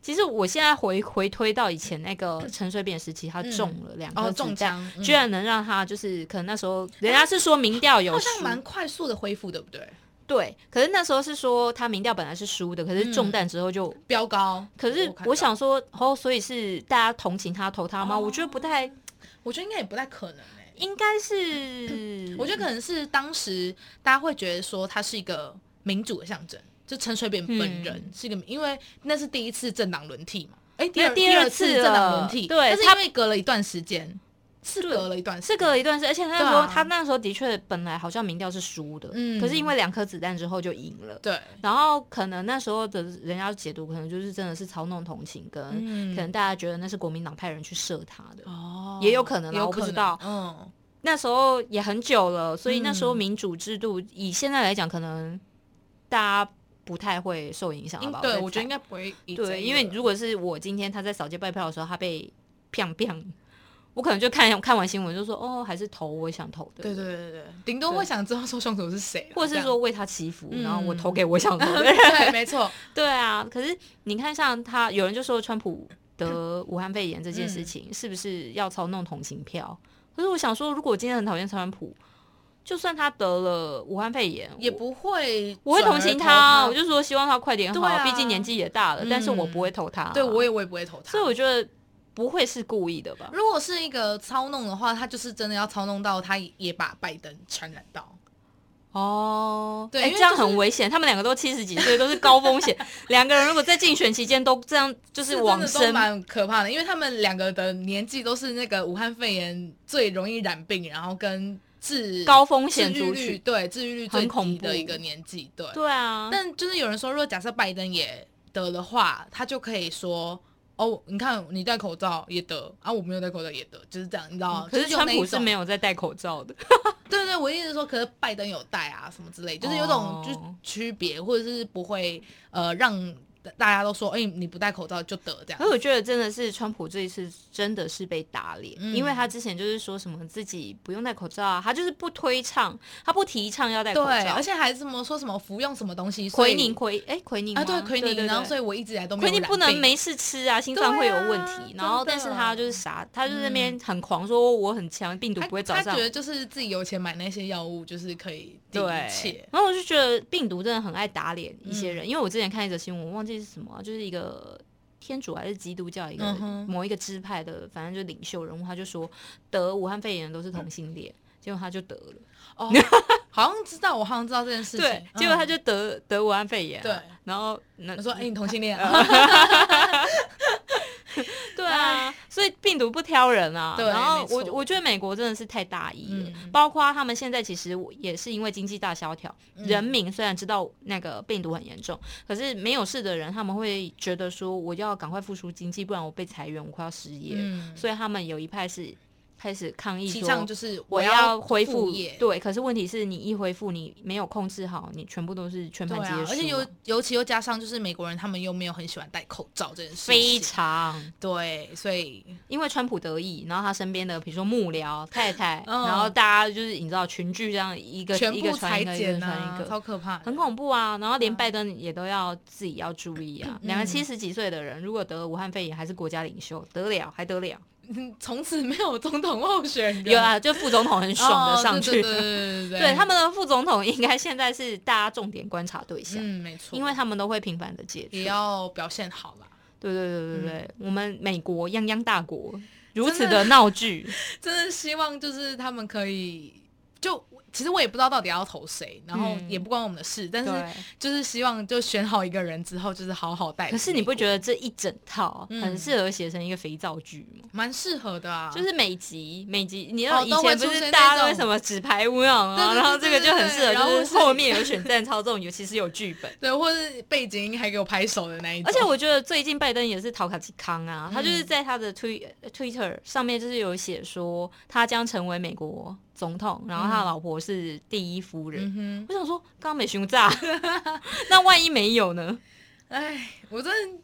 [SPEAKER 2] 其实我现在回回推到以前那个陈水扁时期，他中了两颗
[SPEAKER 3] 嗯哦
[SPEAKER 2] 子
[SPEAKER 3] 中
[SPEAKER 2] 弹，
[SPEAKER 3] 枪，嗯
[SPEAKER 2] 居然能让他就是可能那时候人家是说民调有
[SPEAKER 3] 好
[SPEAKER 2] 输，
[SPEAKER 3] 像蛮快速的恢复，对不对？
[SPEAKER 2] 对，可是那时候是说他民调本来是输的，可是中弹之后就。
[SPEAKER 3] 飙高，
[SPEAKER 2] 可是
[SPEAKER 3] 嗯看
[SPEAKER 2] 我
[SPEAKER 3] 到哦
[SPEAKER 2] 想说，哦，所以是大家同情他投他吗？我觉得不太，
[SPEAKER 3] 我觉得应该也不太可能哎、
[SPEAKER 2] 应该是，
[SPEAKER 3] 嗯我觉得可能是当时大家会觉得说它是一个民主的象征，就陈水扁本人
[SPEAKER 2] 嗯
[SPEAKER 3] 是一个，因为那是第一次政党轮替嘛，哎、第
[SPEAKER 2] 没有
[SPEAKER 3] 二
[SPEAKER 2] 第
[SPEAKER 3] 第
[SPEAKER 2] 二
[SPEAKER 3] 次
[SPEAKER 2] 次
[SPEAKER 3] 政党
[SPEAKER 2] 了
[SPEAKER 3] 轮替，
[SPEAKER 2] 对
[SPEAKER 3] 但是
[SPEAKER 2] 他
[SPEAKER 3] 因为隔了一段时间，是隔了一段时
[SPEAKER 2] 是
[SPEAKER 3] 间，
[SPEAKER 2] 隔了一段时间，而且那时候、
[SPEAKER 3] 对啊
[SPEAKER 2] 他那时候的确本来好像民调是输的，
[SPEAKER 3] 嗯
[SPEAKER 2] 可是因为两颗子弹之后就赢了。
[SPEAKER 3] 对，
[SPEAKER 2] 然后可能那时候的人家解读，可能就是真的是操弄同情，跟
[SPEAKER 3] 嗯
[SPEAKER 2] 可能大家觉得那是国民党派人去射他的。
[SPEAKER 3] 哦
[SPEAKER 2] 也有可能啊
[SPEAKER 3] 有
[SPEAKER 2] 我
[SPEAKER 3] 可
[SPEAKER 2] 不知
[SPEAKER 3] 能
[SPEAKER 2] 道
[SPEAKER 3] 嗯，
[SPEAKER 2] 那时候也很久了，所以那时候
[SPEAKER 3] 嗯
[SPEAKER 2] 民主制度、以现在来讲，可能大家不太会受影响了
[SPEAKER 3] 应
[SPEAKER 2] 啊吧？
[SPEAKER 3] 对
[SPEAKER 2] 在
[SPEAKER 3] 我觉得
[SPEAKER 2] 猜
[SPEAKER 3] 应该不会以这个，
[SPEAKER 2] 对，因为如果是我今天他在扫街拜票的时候，他被砰砰，我可能就看看完新闻就说哦，还是投我想投的，
[SPEAKER 3] 对对对对，对顶多会想知道说凶手是谁啦，
[SPEAKER 2] 或者
[SPEAKER 3] 这
[SPEAKER 2] 是
[SPEAKER 3] 样 <laughs>
[SPEAKER 2] 说为他祈福，
[SPEAKER 3] 嗯
[SPEAKER 2] 然后我投给我想投的
[SPEAKER 3] <laughs>
[SPEAKER 2] 人。
[SPEAKER 3] 对，没
[SPEAKER 2] <laughs>
[SPEAKER 3] 错，
[SPEAKER 2] 对啊，可是你看，像他有人就说川普得武汉肺炎这件事情，是不是要操弄同情票？可是我想说，如果我今天很讨厌川普，就算他得了武汉肺炎，
[SPEAKER 3] 也
[SPEAKER 2] 我
[SPEAKER 3] 不会，
[SPEAKER 2] 我会同情
[SPEAKER 3] 他，
[SPEAKER 2] 我就说希望他快点好，
[SPEAKER 3] 对啊
[SPEAKER 2] 毕竟年纪也大了，但是我不会投他。
[SPEAKER 3] 嗯对我也我也不会投他，
[SPEAKER 2] 所以我觉得不会是故意的吧？
[SPEAKER 3] 如果是一个操弄的话，他就是真的要操弄到他也把拜登传染到。
[SPEAKER 2] 哦，
[SPEAKER 3] 对
[SPEAKER 2] 哎
[SPEAKER 3] 因为
[SPEAKER 2] 这样
[SPEAKER 3] 就是
[SPEAKER 2] 很危险。他们两个都七十几岁，都是高
[SPEAKER 3] <laughs>
[SPEAKER 2] 风险。两个人如果在竞选期间都这样，就是
[SPEAKER 3] 真
[SPEAKER 2] 往
[SPEAKER 3] 的都
[SPEAKER 2] 生。
[SPEAKER 3] 蛮可怕的，因为他们两个的年纪都是那个武汉肺炎最容易染病，然后跟治
[SPEAKER 2] 高风险
[SPEAKER 3] 治愈
[SPEAKER 2] 族
[SPEAKER 3] 率
[SPEAKER 2] 群
[SPEAKER 3] 对治愈率最
[SPEAKER 2] 很恐
[SPEAKER 3] 低
[SPEAKER 2] 怖
[SPEAKER 3] 的一个年纪，对。
[SPEAKER 2] 对啊，
[SPEAKER 3] 但就是有人说，如果假设拜登也得的话，他就可以说。哦，你看你戴口罩也得啊，我没有戴口罩也得，就是这样，你知道？
[SPEAKER 2] 嗯可是川普是没
[SPEAKER 3] 有，
[SPEAKER 2] 有在戴口罩的。
[SPEAKER 3] 对对，我一直说，可是拜登有戴啊，什么之类，就是有种
[SPEAKER 2] 哦
[SPEAKER 3] 就是区别，或者是不会呃让大家都说，哎、你不戴口罩就得这样
[SPEAKER 2] 可。是我觉得真的是川普这一次真的是被打脸，
[SPEAKER 3] 嗯
[SPEAKER 2] 因为他之前就是说什么自己不用戴口罩啊，他就是不推倡，他不提倡要戴口
[SPEAKER 3] 对，
[SPEAKER 2] 罩。
[SPEAKER 3] 而且还什么说什么服用什么东西，所以
[SPEAKER 2] 奎宁奎哎奎宁
[SPEAKER 3] 啊，
[SPEAKER 2] 吗
[SPEAKER 3] 对奎
[SPEAKER 2] 对
[SPEAKER 3] 宁，
[SPEAKER 2] 对
[SPEAKER 3] 然后
[SPEAKER 2] 对
[SPEAKER 3] 所以我一直以来都没
[SPEAKER 2] 可
[SPEAKER 3] 有
[SPEAKER 2] 你
[SPEAKER 3] 染
[SPEAKER 2] 不能
[SPEAKER 3] 病
[SPEAKER 2] 没事吃啊，心脏会有问
[SPEAKER 3] 对啊
[SPEAKER 2] 题。然后，但
[SPEAKER 3] 真的嗯
[SPEAKER 2] 是他就是傻，他就是那边很狂说我很强，病毒
[SPEAKER 3] 他
[SPEAKER 2] 不会找
[SPEAKER 3] 他
[SPEAKER 2] 上
[SPEAKER 3] 觉
[SPEAKER 2] 我。
[SPEAKER 3] 得就是自己有钱买那些药物，就是可以抵一
[SPEAKER 2] 对
[SPEAKER 3] 切，。
[SPEAKER 2] 然后我就觉得病毒真的很爱打脸一
[SPEAKER 3] 嗯
[SPEAKER 2] 些人，因为我之前看一则新闻，我忘记是什么啊、就是一个天主还是基督教一个、
[SPEAKER 3] 嗯哼
[SPEAKER 2] 某一个支派的，反正就领袖人物，他就说得武汉肺炎的都是同性恋，结果他就得了， <laughs>
[SPEAKER 3] 哦，好像知道，我好像知道这件事情。
[SPEAKER 2] 对，结果他
[SPEAKER 3] 就
[SPEAKER 2] 就得得武汉肺炎啊、
[SPEAKER 3] 嗯对
[SPEAKER 2] 然后那
[SPEAKER 3] 我说，哎、你同性
[SPEAKER 2] <laughs>
[SPEAKER 3] 恋啊？
[SPEAKER 2] 嗯对啊，所以病毒不挑人啊。
[SPEAKER 3] 对
[SPEAKER 2] 然后
[SPEAKER 3] 没错
[SPEAKER 2] 我我觉得美国真的是太大意了，
[SPEAKER 3] 嗯
[SPEAKER 2] 包括他们现在其实也是因为经济大萧条，
[SPEAKER 3] 嗯
[SPEAKER 2] 人民虽然知道那个病毒很严重，可是没有事的人他们会觉得说我要赶快复苏经济，不然我被裁员，我快要失业。
[SPEAKER 3] 嗯，
[SPEAKER 2] 所以他们有一派是开始抗议
[SPEAKER 3] 提
[SPEAKER 2] 说，
[SPEAKER 3] 倡就是
[SPEAKER 2] 我
[SPEAKER 3] 要
[SPEAKER 2] 恢
[SPEAKER 3] 复
[SPEAKER 2] 复
[SPEAKER 3] 业。
[SPEAKER 2] 对，可是问题是你一恢复，你没有控制好，你全部都是全
[SPEAKER 3] 对
[SPEAKER 2] 盘皆
[SPEAKER 3] 啊
[SPEAKER 2] 输啊、，
[SPEAKER 3] 而且尤尤其又加上就是美国人，他们又没有很喜欢戴口罩这件事情，
[SPEAKER 2] 非常
[SPEAKER 3] 对，所以
[SPEAKER 2] 因为川普得意，然后他身边的比如说幕僚、太太，
[SPEAKER 3] 嗯
[SPEAKER 2] 然后大家就是你知道群聚这样一个
[SPEAKER 3] 全
[SPEAKER 2] 一个
[SPEAKER 3] 部
[SPEAKER 2] 传
[SPEAKER 3] 裁
[SPEAKER 2] 一个，一个
[SPEAKER 3] 剪
[SPEAKER 2] 传
[SPEAKER 3] 啊
[SPEAKER 2] 一，个，
[SPEAKER 3] 超可怕的，
[SPEAKER 2] 很恐怖啊！然后连拜登也都要自己要注意啊。
[SPEAKER 3] 嗯
[SPEAKER 2] 两个七十几岁的人，如果得武汉肺炎还是国家领袖，得了还
[SPEAKER 3] <laughs>
[SPEAKER 2] 得了？
[SPEAKER 3] 从此没有总统候选人，
[SPEAKER 2] 有啊，就副总统很爽的
[SPEAKER 3] 哦
[SPEAKER 2] 上去。
[SPEAKER 3] 对对对对对
[SPEAKER 2] <laughs> 对他们的副总统应该现在是大家重点观察对象，
[SPEAKER 3] 嗯，没错，
[SPEAKER 2] 因为他们都会频繁的接触
[SPEAKER 3] 也。要嗯表现好啦。
[SPEAKER 2] 对对对对对，我们美国泱泱大国如此的闹剧，
[SPEAKER 3] 真的希望就是他们可以，就其实我也不知道到底要投谁，然后
[SPEAKER 2] 嗯
[SPEAKER 3] 也不关我们的事，但是
[SPEAKER 2] 对。
[SPEAKER 3] 就是希望就选好一个人之后，就是好好带。
[SPEAKER 2] 可是你不觉得这一整套啊
[SPEAKER 3] 嗯
[SPEAKER 2] 很适合写成一个肥皂剧吗？
[SPEAKER 3] 蛮适合的啊？
[SPEAKER 2] 就是每集每集，你知道
[SPEAKER 3] 哦
[SPEAKER 2] 以
[SPEAKER 3] 都会
[SPEAKER 2] 前不
[SPEAKER 3] 出
[SPEAKER 2] 是
[SPEAKER 3] 现
[SPEAKER 2] 大
[SPEAKER 3] 那
[SPEAKER 2] 家都
[SPEAKER 3] 种
[SPEAKER 2] 会什么纸牌屋那种
[SPEAKER 3] 对
[SPEAKER 2] 吗，
[SPEAKER 3] 对
[SPEAKER 2] 然后
[SPEAKER 3] 对
[SPEAKER 2] 这
[SPEAKER 3] 对
[SPEAKER 2] 个就很适
[SPEAKER 3] 对
[SPEAKER 2] 合，
[SPEAKER 3] 然后
[SPEAKER 2] 就是
[SPEAKER 3] 是
[SPEAKER 2] 后面有选战操纵，尤其是有剧本。
[SPEAKER 3] 对，或是背景音还给我拍手的那一种，
[SPEAKER 2] 而且我觉得最近拜登也是陶卡基康啊，他就是
[SPEAKER 3] 嗯
[SPEAKER 2] 在他的推呃 Twitter 上面就是有写说他将成为美国总统，然后他的老婆是第一夫人。
[SPEAKER 3] 嗯
[SPEAKER 2] 我想说，刚刚美熊炸， <laughs> 那万一没有呢？
[SPEAKER 3] 哼，哎，我真的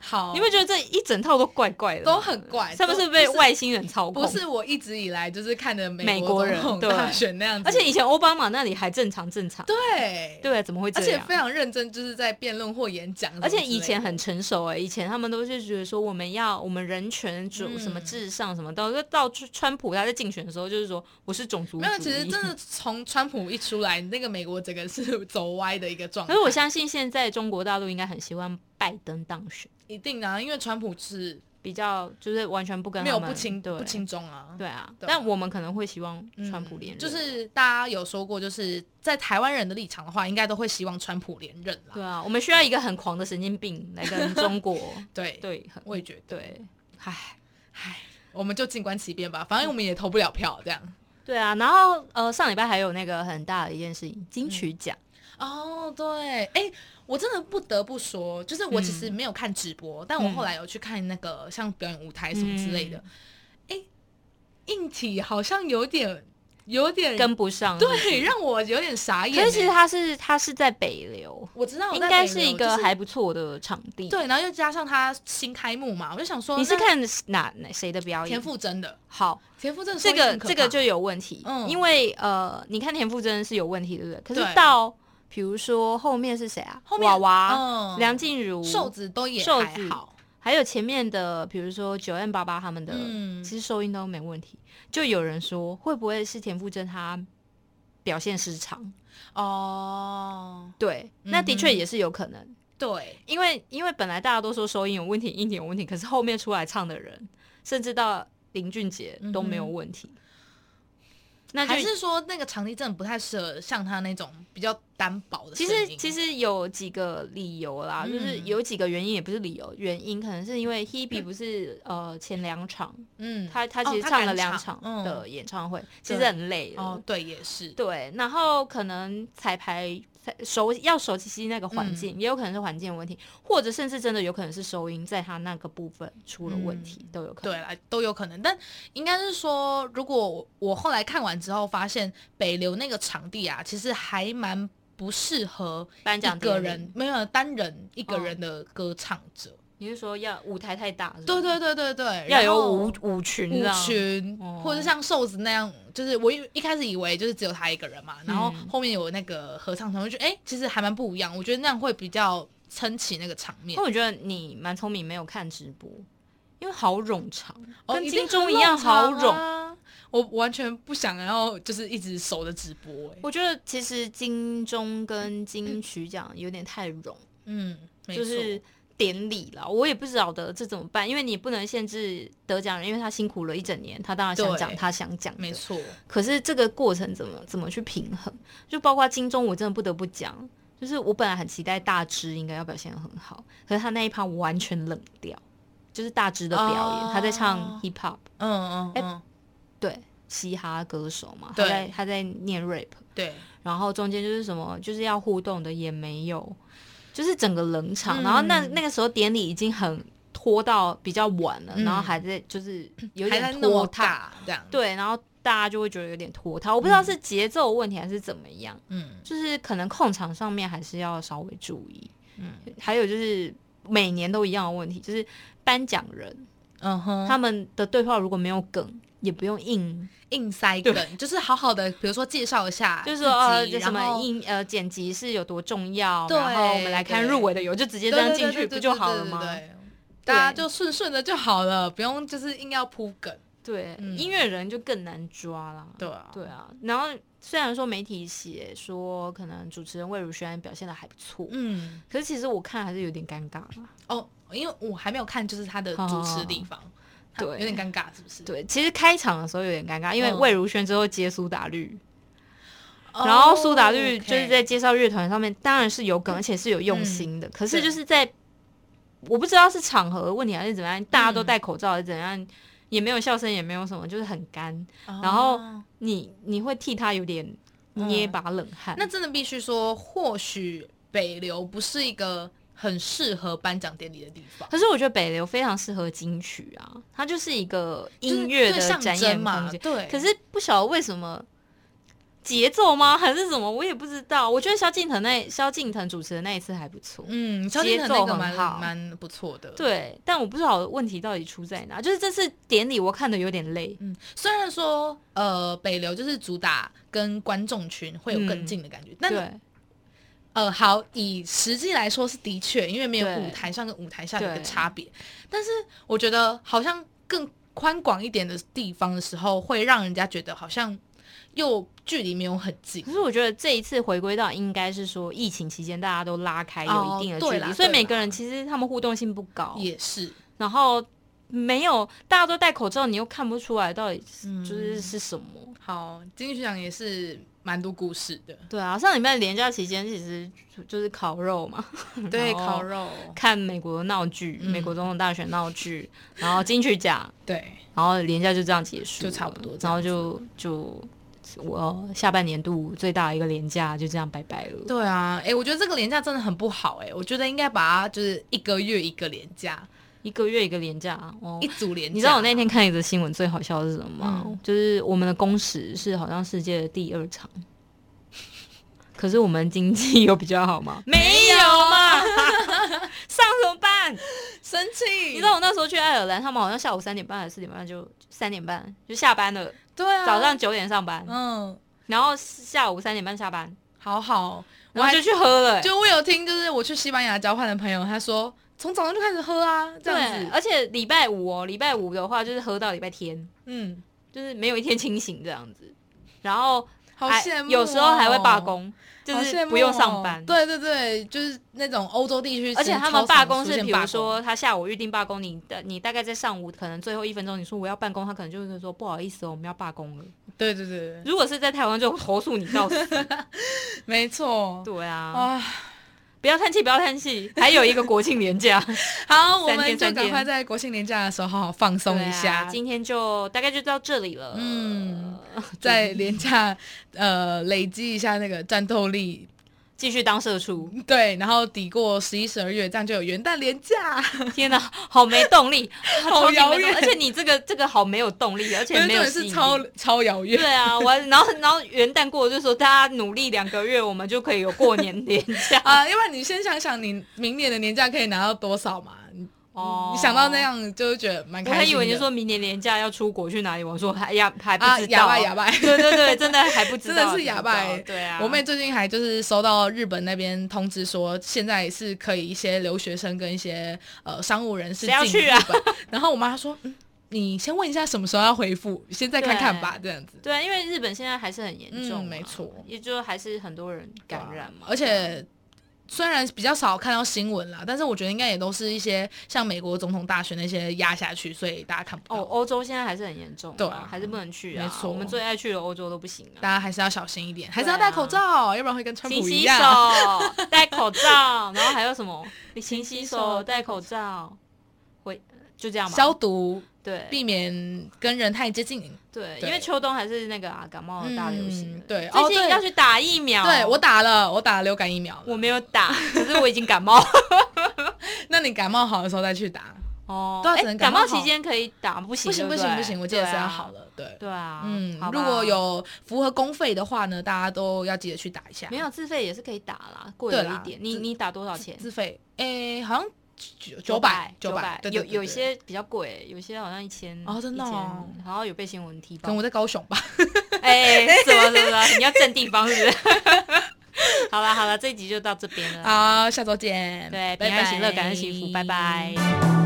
[SPEAKER 3] 好，
[SPEAKER 2] 你会觉得这一整套都怪怪的吗，
[SPEAKER 3] 哦都很怪，
[SPEAKER 2] 他们
[SPEAKER 3] 都
[SPEAKER 2] 是被
[SPEAKER 3] 不
[SPEAKER 2] 外星人操控？
[SPEAKER 3] 不是我一直以来就是看的
[SPEAKER 2] 美
[SPEAKER 3] 国
[SPEAKER 2] 国
[SPEAKER 3] 总
[SPEAKER 2] 人
[SPEAKER 3] 统
[SPEAKER 2] 对
[SPEAKER 3] 大选那样子，
[SPEAKER 2] 而且以前奥巴马那里还正常正常，
[SPEAKER 3] 对
[SPEAKER 2] 对，啊怎么会这
[SPEAKER 3] 而且
[SPEAKER 2] 样？
[SPEAKER 3] 非常认真，就是在辩论或演讲什么
[SPEAKER 2] 而
[SPEAKER 3] 之类的。
[SPEAKER 2] 且以前很成熟哎、以前他们都是觉得说我们要我们人权主、
[SPEAKER 3] 嗯
[SPEAKER 2] 什么至上什么的，就到川普他在竞选的时候就是说我是种族
[SPEAKER 3] 没有，
[SPEAKER 2] 主
[SPEAKER 3] 其实
[SPEAKER 2] 义
[SPEAKER 3] 真的从川普一出来，那个美国整个是 <laughs> 走歪的一个状态。
[SPEAKER 2] 可是我相信现在中国大陆应该很希望拜登当选，
[SPEAKER 3] 一定的、啊，因为川普是
[SPEAKER 2] 比较就是完全不跟
[SPEAKER 3] 没
[SPEAKER 2] 他
[SPEAKER 3] 有
[SPEAKER 2] 们
[SPEAKER 3] 不亲
[SPEAKER 2] 对
[SPEAKER 3] 不亲中啊。
[SPEAKER 2] 对啊，
[SPEAKER 3] 对啊
[SPEAKER 2] 但我们可能会希望
[SPEAKER 3] 嗯，
[SPEAKER 2] 川普连任，
[SPEAKER 3] 就是大家有说过，就是在台湾人的立场的话，应该都会希望川普连任啦。
[SPEAKER 2] 对啊，我们需要一个很狂的神经病来跟中国
[SPEAKER 3] <laughs> 对，
[SPEAKER 2] 对很
[SPEAKER 3] 我也觉得。
[SPEAKER 2] 对，唉。
[SPEAKER 3] 唉，我们就静观其变吧，反正我们也投不了票，这样。
[SPEAKER 2] 对啊，然后呃，上礼拜还有那个很大的一件事情，金曲奖。
[SPEAKER 3] 哦，对，哎，我真的不得不说，就是我其实没有看直播，但我后来有去看那个像表演舞台什么之类的，哎、硬体好像有点有点
[SPEAKER 2] 跟不上，是不是
[SPEAKER 3] 嗯对，让我有点傻眼
[SPEAKER 2] 可
[SPEAKER 3] 欸。
[SPEAKER 2] 是其实它是它是在北流，
[SPEAKER 3] 我知道我
[SPEAKER 2] 应
[SPEAKER 3] 在
[SPEAKER 2] 该
[SPEAKER 3] 北
[SPEAKER 2] 是
[SPEAKER 3] 流
[SPEAKER 2] 一
[SPEAKER 3] 就
[SPEAKER 2] 个
[SPEAKER 3] 是
[SPEAKER 2] 还不错的场地。，
[SPEAKER 3] 对，然后又加上他新开幕嘛，我就想说
[SPEAKER 2] 你是
[SPEAKER 3] 那
[SPEAKER 2] 看哪哪谁的表演？
[SPEAKER 3] 田馥甄的，
[SPEAKER 2] 好，
[SPEAKER 3] 田馥甄的
[SPEAKER 2] 这
[SPEAKER 3] 收益
[SPEAKER 2] 个
[SPEAKER 3] 很可
[SPEAKER 2] 这个
[SPEAKER 3] 怕
[SPEAKER 2] 就有问题，
[SPEAKER 3] 嗯
[SPEAKER 2] 因为呃，你看田馥甄是有问题，对不对？可
[SPEAKER 3] 对
[SPEAKER 2] 是到比如说后面是谁啊？
[SPEAKER 3] 后面
[SPEAKER 2] 娃娃、
[SPEAKER 3] 嗯
[SPEAKER 2] 梁静茹、
[SPEAKER 3] 瘦，子都也
[SPEAKER 2] 瘦
[SPEAKER 3] 还
[SPEAKER 2] 子
[SPEAKER 3] 好，
[SPEAKER 2] 还有前面的比如说九 M 八八他们的，
[SPEAKER 3] 嗯
[SPEAKER 2] 其实收音都没问题。就有人说，会不会是田馥甄她表现失常？
[SPEAKER 3] 哦，
[SPEAKER 2] 对，那的
[SPEAKER 3] 嗯
[SPEAKER 2] 确
[SPEAKER 3] 哼
[SPEAKER 2] 也是有可能。
[SPEAKER 3] 对，
[SPEAKER 2] 因为因为本来大家都说收音有问题，音点有问题，可是后面出来唱的人，甚至到林俊杰都没有问题，那
[SPEAKER 3] 嗯
[SPEAKER 2] 就
[SPEAKER 3] 还是说那个场地真的不太适合像他那种比较单薄的
[SPEAKER 2] 其
[SPEAKER 3] 声
[SPEAKER 2] 实
[SPEAKER 3] 音啊
[SPEAKER 2] 其实有几个理由啦，
[SPEAKER 3] 嗯
[SPEAKER 2] 就是有几个原因，也不是理由，原因可能是因为 Hebe 不是呃前两场，
[SPEAKER 3] 嗯，
[SPEAKER 2] 他他
[SPEAKER 3] 哦
[SPEAKER 2] 其实
[SPEAKER 3] 他
[SPEAKER 2] 唱了
[SPEAKER 3] 赶
[SPEAKER 2] 两
[SPEAKER 3] 场
[SPEAKER 2] 场
[SPEAKER 3] 嗯
[SPEAKER 2] 的演唱会，其实很累的。
[SPEAKER 3] 哦，对，也是，
[SPEAKER 2] 对，然后可能彩排彩熟要熟悉那个
[SPEAKER 3] 嗯
[SPEAKER 2] 环境，也有可能是环境的问题，或者甚至真的有可能是收音在他那个部分出了问题，都有可能。
[SPEAKER 3] 嗯对啦，都有可能，但应该是说，如果我我后来看完之后发现北流那个场地啊，其实还蛮不适合
[SPEAKER 2] 颁奖
[SPEAKER 3] 一个
[SPEAKER 2] 典礼
[SPEAKER 3] 人，没有单人一个
[SPEAKER 2] 哦
[SPEAKER 3] 人的歌唱者。
[SPEAKER 2] 你是说要舞台太大是吗
[SPEAKER 3] 对对对对对，
[SPEAKER 2] 要
[SPEAKER 3] 然
[SPEAKER 2] 有
[SPEAKER 3] 后
[SPEAKER 2] 舞舞群
[SPEAKER 3] 舞
[SPEAKER 2] 这样，
[SPEAKER 3] 群，
[SPEAKER 2] 哦
[SPEAKER 3] 或者像瘦子那样，就是我一一开始以为就是只有他一个人嘛，然后
[SPEAKER 2] 嗯
[SPEAKER 3] 后面有那个合唱团，我就觉得哎、其实还蛮不一样，我觉得那样会比较撑起那个场面
[SPEAKER 2] 那。我觉得你蛮聪明，没有看直播，因为好冗长，
[SPEAKER 3] 哦
[SPEAKER 2] 跟
[SPEAKER 3] 一
[SPEAKER 2] 金
[SPEAKER 3] 定
[SPEAKER 2] 钟
[SPEAKER 3] 很
[SPEAKER 2] 一样好
[SPEAKER 3] 冗
[SPEAKER 2] 冗。
[SPEAKER 3] 长啊我完全不想要就是一直守着直播、哎
[SPEAKER 2] 我觉得其实金钟跟金曲奖有点太冗，
[SPEAKER 3] 嗯，没
[SPEAKER 2] 就
[SPEAKER 3] 错，
[SPEAKER 2] 是典礼了。我也不晓得这怎么办，因为你不能限制得奖人，因为他辛苦了一整年，他当然想讲
[SPEAKER 3] 对
[SPEAKER 2] 他想讲的
[SPEAKER 3] 没错，
[SPEAKER 2] 可是这个过程怎么怎么去平衡？就包括金钟，我真的不得不讲，就是我本来很期待大只应该要表现得很好，可是他那一趴完全冷掉，就是大只的表演，
[SPEAKER 3] 哦
[SPEAKER 2] 他在唱 hip hop，
[SPEAKER 3] 嗯嗯
[SPEAKER 2] 哎
[SPEAKER 3] 嗯，
[SPEAKER 2] 对，嘻哈歌手嘛，他
[SPEAKER 3] 对
[SPEAKER 2] 在他在念 rap，
[SPEAKER 3] 对，
[SPEAKER 2] 然后中间就是什么就是要互动的也没有，就是整个冷场，然后那
[SPEAKER 3] 嗯
[SPEAKER 2] 那个时候典礼已经很拖到比较晚了，
[SPEAKER 3] 嗯
[SPEAKER 2] 然后还在就是有
[SPEAKER 3] 还在
[SPEAKER 2] 点
[SPEAKER 3] 那么
[SPEAKER 2] 拖沓。
[SPEAKER 3] 大嗯这样，
[SPEAKER 2] 对，然后大家就会觉得有点拖沓。我不知道是节奏问题还是怎么样，
[SPEAKER 3] 嗯
[SPEAKER 2] 就是可能控场上面还是要稍微注意。
[SPEAKER 3] 嗯
[SPEAKER 2] 还有就是每年都一样的问题，就是颁奖人、
[SPEAKER 3] 嗯哼，
[SPEAKER 2] 他们的对话如果没有梗。也不用硬，
[SPEAKER 3] 硬塞梗就是好好的，比如说介绍一下自
[SPEAKER 2] 就
[SPEAKER 3] 己，
[SPEAKER 2] 是说呃，这什
[SPEAKER 3] 然
[SPEAKER 2] 么
[SPEAKER 3] 后
[SPEAKER 2] 音呃剪辑是有多重要，
[SPEAKER 3] 对
[SPEAKER 2] 然后我们来看
[SPEAKER 3] 对
[SPEAKER 2] 入围的有，就直接
[SPEAKER 3] 对
[SPEAKER 2] 这样
[SPEAKER 3] 对
[SPEAKER 2] 进
[SPEAKER 3] 对
[SPEAKER 2] 去
[SPEAKER 3] 对
[SPEAKER 2] 不
[SPEAKER 3] 对
[SPEAKER 2] 就
[SPEAKER 3] 对
[SPEAKER 2] 好
[SPEAKER 3] 对
[SPEAKER 2] 了
[SPEAKER 3] 对
[SPEAKER 2] 吗？
[SPEAKER 3] 对大家就顺顺的就好了，不用就是硬要铺梗。
[SPEAKER 2] 对，
[SPEAKER 3] 嗯
[SPEAKER 2] 音乐人就更难抓啦。
[SPEAKER 3] 对啊
[SPEAKER 2] 对啊。然后虽然说媒体写说可能主持人魏如萱表现的还不错，
[SPEAKER 3] 嗯，
[SPEAKER 2] 可是其实我看还是有点尴尬啦。
[SPEAKER 3] 哦，因为我还没有看，就是他的主持地方，他
[SPEAKER 2] 对
[SPEAKER 3] 有点尴尬，是不是？
[SPEAKER 2] 对，其实开场的时候有点尴尬，因为
[SPEAKER 3] 嗯
[SPEAKER 2] 魏如萱之后接苏打绿，
[SPEAKER 3] 哦，
[SPEAKER 2] 然后苏打绿
[SPEAKER 3] OK 嗯
[SPEAKER 2] 就是在介绍乐团上面，当然是有梗，而且是有用心的。可是就是在我不知道是场合的问题还是怎么样，大家
[SPEAKER 3] 嗯
[SPEAKER 2] 都戴口罩还是怎样，也没有笑声，也没有什么，就是很干。
[SPEAKER 3] 哦
[SPEAKER 2] 然后你你会替他有点捏把冷汗。
[SPEAKER 3] 嗯那真的必须说，或许北流不是一个很适合颁奖典礼的地方。
[SPEAKER 2] 可是我觉得北流非常适合金曲啊，它就是一个
[SPEAKER 3] 就是
[SPEAKER 2] 音乐
[SPEAKER 3] 最
[SPEAKER 2] 的
[SPEAKER 3] 象
[SPEAKER 2] 展
[SPEAKER 3] 征
[SPEAKER 2] 演
[SPEAKER 3] 嘛，
[SPEAKER 2] 空间。
[SPEAKER 3] 对。
[SPEAKER 2] 可是不晓得为什么节奏吗，还是什么，我也不知道。我觉得萧敬腾那萧敬腾主持的那一次还不错，
[SPEAKER 3] 嗯，萧敬腾
[SPEAKER 2] 节奏
[SPEAKER 3] 那个
[SPEAKER 2] 很
[SPEAKER 3] 蛮
[SPEAKER 2] 好
[SPEAKER 3] 蛮不错的。，
[SPEAKER 2] 对，但我不知道问题到底出在哪。就是这次典礼我看的有点累，
[SPEAKER 3] 嗯，虽然说呃北流就是主打跟观众群会有更
[SPEAKER 2] 嗯
[SPEAKER 3] 近的感觉，但
[SPEAKER 2] 对
[SPEAKER 3] 呃好以实际来说是的确，因为没有
[SPEAKER 2] 对
[SPEAKER 3] 舞台上跟舞台下的一个
[SPEAKER 2] 对
[SPEAKER 3] 差别，但是我觉得好像更宽广一点的地方的时候，会让人家觉得好像又距离没有很近
[SPEAKER 2] 可。是我觉得这一次回归到应该是说疫情期间大家都拉开
[SPEAKER 3] 哦
[SPEAKER 2] 有一定的距
[SPEAKER 3] 对
[SPEAKER 2] 离，
[SPEAKER 3] 啦
[SPEAKER 2] 所以
[SPEAKER 3] 对
[SPEAKER 2] 每个
[SPEAKER 3] 啦
[SPEAKER 2] 人其实他们互动性不高，
[SPEAKER 3] 也是，
[SPEAKER 2] 然后没有大家
[SPEAKER 3] 嗯
[SPEAKER 2] 都戴口罩，你又看不出来到底是、就是是什么。
[SPEAKER 3] 好，金曲奖也是蛮多故事的。
[SPEAKER 2] 对啊，上礼拜连假期间其实就就是烤肉嘛， <laughs>
[SPEAKER 3] 对，
[SPEAKER 2] 然后
[SPEAKER 3] 烤肉，
[SPEAKER 2] 看美国的闹剧，
[SPEAKER 3] 嗯
[SPEAKER 2] 美国总统大选闹剧，然后金曲奖，
[SPEAKER 3] 对，
[SPEAKER 2] 然后连假就这样结束了，
[SPEAKER 3] 就差不多这样子
[SPEAKER 2] 然后就就我下半年度最大的一个连假就这样拜拜了。
[SPEAKER 3] 对啊，哎、我觉得这个廉价真的很不好、哎，我觉得应该把它就是一个月一个廉价，
[SPEAKER 2] 一个月一个廉假哦
[SPEAKER 3] 一。组廉价。
[SPEAKER 2] 你知道我那天看一则新闻最好笑的是什么吗？
[SPEAKER 3] 嗯
[SPEAKER 2] 就是我们的工时是好像世界的第二长， <laughs> 可是我们经济有比较
[SPEAKER 3] <laughs>
[SPEAKER 2] 好吗？没有嘛， <laughs> 上什么班？
[SPEAKER 3] 生气？
[SPEAKER 2] 你
[SPEAKER 3] 你
[SPEAKER 2] 知道我那时候去爱尔兰，他们好像下午三点半还是四点半就三点半就下班了，
[SPEAKER 3] 对啊，
[SPEAKER 2] 早上九点上班，
[SPEAKER 3] 嗯，
[SPEAKER 2] 然后下午三点半下班，
[SPEAKER 3] 好好，我
[SPEAKER 2] 然后
[SPEAKER 3] 还
[SPEAKER 2] 就去喝了、欸。
[SPEAKER 3] 就我有听，就是我去西班牙交换的朋友，他说从早上就开始喝啊，这样
[SPEAKER 2] 对，
[SPEAKER 3] 子，
[SPEAKER 2] 而且礼拜五哦，礼拜五的话就是喝到礼拜天，
[SPEAKER 3] 嗯，
[SPEAKER 2] 就是没有一天清醒这样子。然后
[SPEAKER 3] 好
[SPEAKER 2] 还
[SPEAKER 3] 羡慕、哦
[SPEAKER 2] 有时候还会罢，工，就
[SPEAKER 3] 好
[SPEAKER 2] 是
[SPEAKER 3] 羡慕
[SPEAKER 2] 不用上班。
[SPEAKER 3] 哦。对对对，就是那种欧洲地区，
[SPEAKER 2] 而且
[SPEAKER 3] 是
[SPEAKER 2] 他
[SPEAKER 3] 超常
[SPEAKER 2] 们罢工
[SPEAKER 3] 出
[SPEAKER 2] 是，
[SPEAKER 3] 现
[SPEAKER 2] 比
[SPEAKER 3] 罢
[SPEAKER 2] 如
[SPEAKER 3] 工
[SPEAKER 2] 说他下午预定罢工，你的你大概在上午可能最后一分钟，你说我要办公，他可能就会跟你说不好意思哦，我们要罢工了。
[SPEAKER 3] 对对对对
[SPEAKER 2] 如果是在台湾就投诉你
[SPEAKER 3] <laughs>
[SPEAKER 2] 到死。
[SPEAKER 3] 对，没错。
[SPEAKER 2] 对啊，
[SPEAKER 3] 啊，
[SPEAKER 2] 不要叹气，不要叹气，还有一个国庆
[SPEAKER 3] <laughs>
[SPEAKER 2] 连假，
[SPEAKER 3] 好，我
[SPEAKER 2] 三
[SPEAKER 3] 们
[SPEAKER 2] 天
[SPEAKER 3] 就
[SPEAKER 2] 三
[SPEAKER 3] 赶
[SPEAKER 2] 天
[SPEAKER 3] 快在国庆年假的时候好好放松一
[SPEAKER 2] 对
[SPEAKER 3] 下。
[SPEAKER 2] 啊今呃天就大概就到这里了。
[SPEAKER 3] 嗯，在
[SPEAKER 2] 再
[SPEAKER 3] 廉价呃累积一下那个战斗力，
[SPEAKER 2] 继续当社畜。
[SPEAKER 3] 对，然后抵过十一、十二月，这样就有元旦廉价， <laughs>
[SPEAKER 2] 天哪，好没动力，
[SPEAKER 3] 好
[SPEAKER 2] 超级没动
[SPEAKER 3] 遥远
[SPEAKER 2] 而且你这个这个好没有动力，而且没有
[SPEAKER 3] 真的
[SPEAKER 2] 吸引
[SPEAKER 3] 是
[SPEAKER 2] 力
[SPEAKER 3] 超超遥远。
[SPEAKER 2] 对。啊，我然后然后元旦过就说大家努力两个月，我们就可以有过年年假
[SPEAKER 3] <laughs> 啊，要不然你先想想你明年的年假可以拿到多少嘛？你
[SPEAKER 2] 哦
[SPEAKER 3] 你想到那，样就会觉得蛮
[SPEAKER 2] 我
[SPEAKER 3] 开心
[SPEAKER 2] 还
[SPEAKER 3] 的。
[SPEAKER 2] 以为你说明年年假要出国去哪里，我说 <laughs> 还呀还不
[SPEAKER 3] 啊，
[SPEAKER 2] 知
[SPEAKER 3] 哑
[SPEAKER 2] 道。
[SPEAKER 3] 巴哑巴。
[SPEAKER 2] <laughs> 对对对，真的还不知
[SPEAKER 3] <laughs>
[SPEAKER 2] 道，
[SPEAKER 3] 真的是哑巴
[SPEAKER 2] 还不知
[SPEAKER 3] 欸
[SPEAKER 2] 道对啊，
[SPEAKER 3] 我妹最近还就是收到日本那边通知说，现在是可以一些留学生跟一些呃商务人士
[SPEAKER 2] 谁要
[SPEAKER 3] 进
[SPEAKER 2] 去
[SPEAKER 3] 日
[SPEAKER 2] 啊
[SPEAKER 3] 本。然后我妈说，嗯，你先问一下什么时候要回复，先再看看吧，这样子。
[SPEAKER 2] 对啊，因为日本现在还是很严重
[SPEAKER 3] 嗯
[SPEAKER 2] 嘛、
[SPEAKER 3] 没错啊
[SPEAKER 2] 也就还是很多人感染嘛。
[SPEAKER 3] 而且虽然比较少看到新闻啦，但是我觉得应该也都是一些像美国总统大选那些压下去，所以大家看不
[SPEAKER 2] 哦，
[SPEAKER 3] 到。
[SPEAKER 2] 欧洲现在还是很严重、
[SPEAKER 3] 对啊
[SPEAKER 2] 还是不能去啊。
[SPEAKER 3] 没错
[SPEAKER 2] 我们最爱去的欧洲都不行啊。
[SPEAKER 3] 大家还是要小心一点，还是
[SPEAKER 2] 对啊
[SPEAKER 3] 要戴口罩，要不然会跟川
[SPEAKER 2] 勤
[SPEAKER 3] 普一
[SPEAKER 2] 洗
[SPEAKER 3] 样。
[SPEAKER 2] 手，戴口罩，然后还有
[SPEAKER 3] <laughs>
[SPEAKER 2] 什么？你勤洗手，戴口罩，会就这样吧。
[SPEAKER 3] 消毒，
[SPEAKER 2] 对
[SPEAKER 3] 避免跟人太接近。
[SPEAKER 2] 对，
[SPEAKER 3] 对
[SPEAKER 2] 因为秋冬还是那个啊感冒的大流行
[SPEAKER 3] 嗯。对
[SPEAKER 2] 最
[SPEAKER 3] 哦
[SPEAKER 2] 近
[SPEAKER 3] 对
[SPEAKER 2] 要去打疫苗。
[SPEAKER 3] 对我打了，我打了流感疫苗了。
[SPEAKER 2] 哦我没有打，可是我已经
[SPEAKER 3] <laughs>
[SPEAKER 2] 感冒。
[SPEAKER 3] 那你感冒好的时候再去打，
[SPEAKER 2] 哦，
[SPEAKER 3] 对啊
[SPEAKER 2] 哎
[SPEAKER 3] 只能感
[SPEAKER 2] 感冒
[SPEAKER 3] 冒
[SPEAKER 2] 期间可以打，不行
[SPEAKER 3] 不行
[SPEAKER 2] 对
[SPEAKER 3] 不
[SPEAKER 2] 不
[SPEAKER 3] 行
[SPEAKER 2] 对
[SPEAKER 3] 不行，我记得是
[SPEAKER 2] 对
[SPEAKER 3] 要
[SPEAKER 2] 啊
[SPEAKER 3] 好了，对。
[SPEAKER 2] 对啊，
[SPEAKER 3] 嗯
[SPEAKER 2] 好，吧
[SPEAKER 3] 如果有符合公费的话呢，大家都要记得去打一下。
[SPEAKER 2] 没有自费也是可以打啦，贵
[SPEAKER 3] 对
[SPEAKER 2] 了一
[SPEAKER 3] 啦
[SPEAKER 2] 点。你
[SPEAKER 3] 自
[SPEAKER 2] 你打多少钱？
[SPEAKER 3] 自费，诶，好像九九百
[SPEAKER 2] 九
[SPEAKER 3] 百，对
[SPEAKER 2] 有
[SPEAKER 3] 对对
[SPEAKER 2] 有
[SPEAKER 3] 对
[SPEAKER 2] 些比较贵，有些好像一千
[SPEAKER 3] 哦真的哦
[SPEAKER 2] 1000好像有被新闻踢
[SPEAKER 3] 可
[SPEAKER 2] 爆
[SPEAKER 3] 能。我在高雄吧。 <laughs>
[SPEAKER 2] 哎，怎么怎么了？你要占地方是 <laughs> 不是？好了好了，这一集就到这边了。
[SPEAKER 3] 好，下周见，
[SPEAKER 2] 嗯对，平
[SPEAKER 3] 拜
[SPEAKER 2] 安喜乐，
[SPEAKER 3] 拜
[SPEAKER 2] 感恩幸福，拜拜。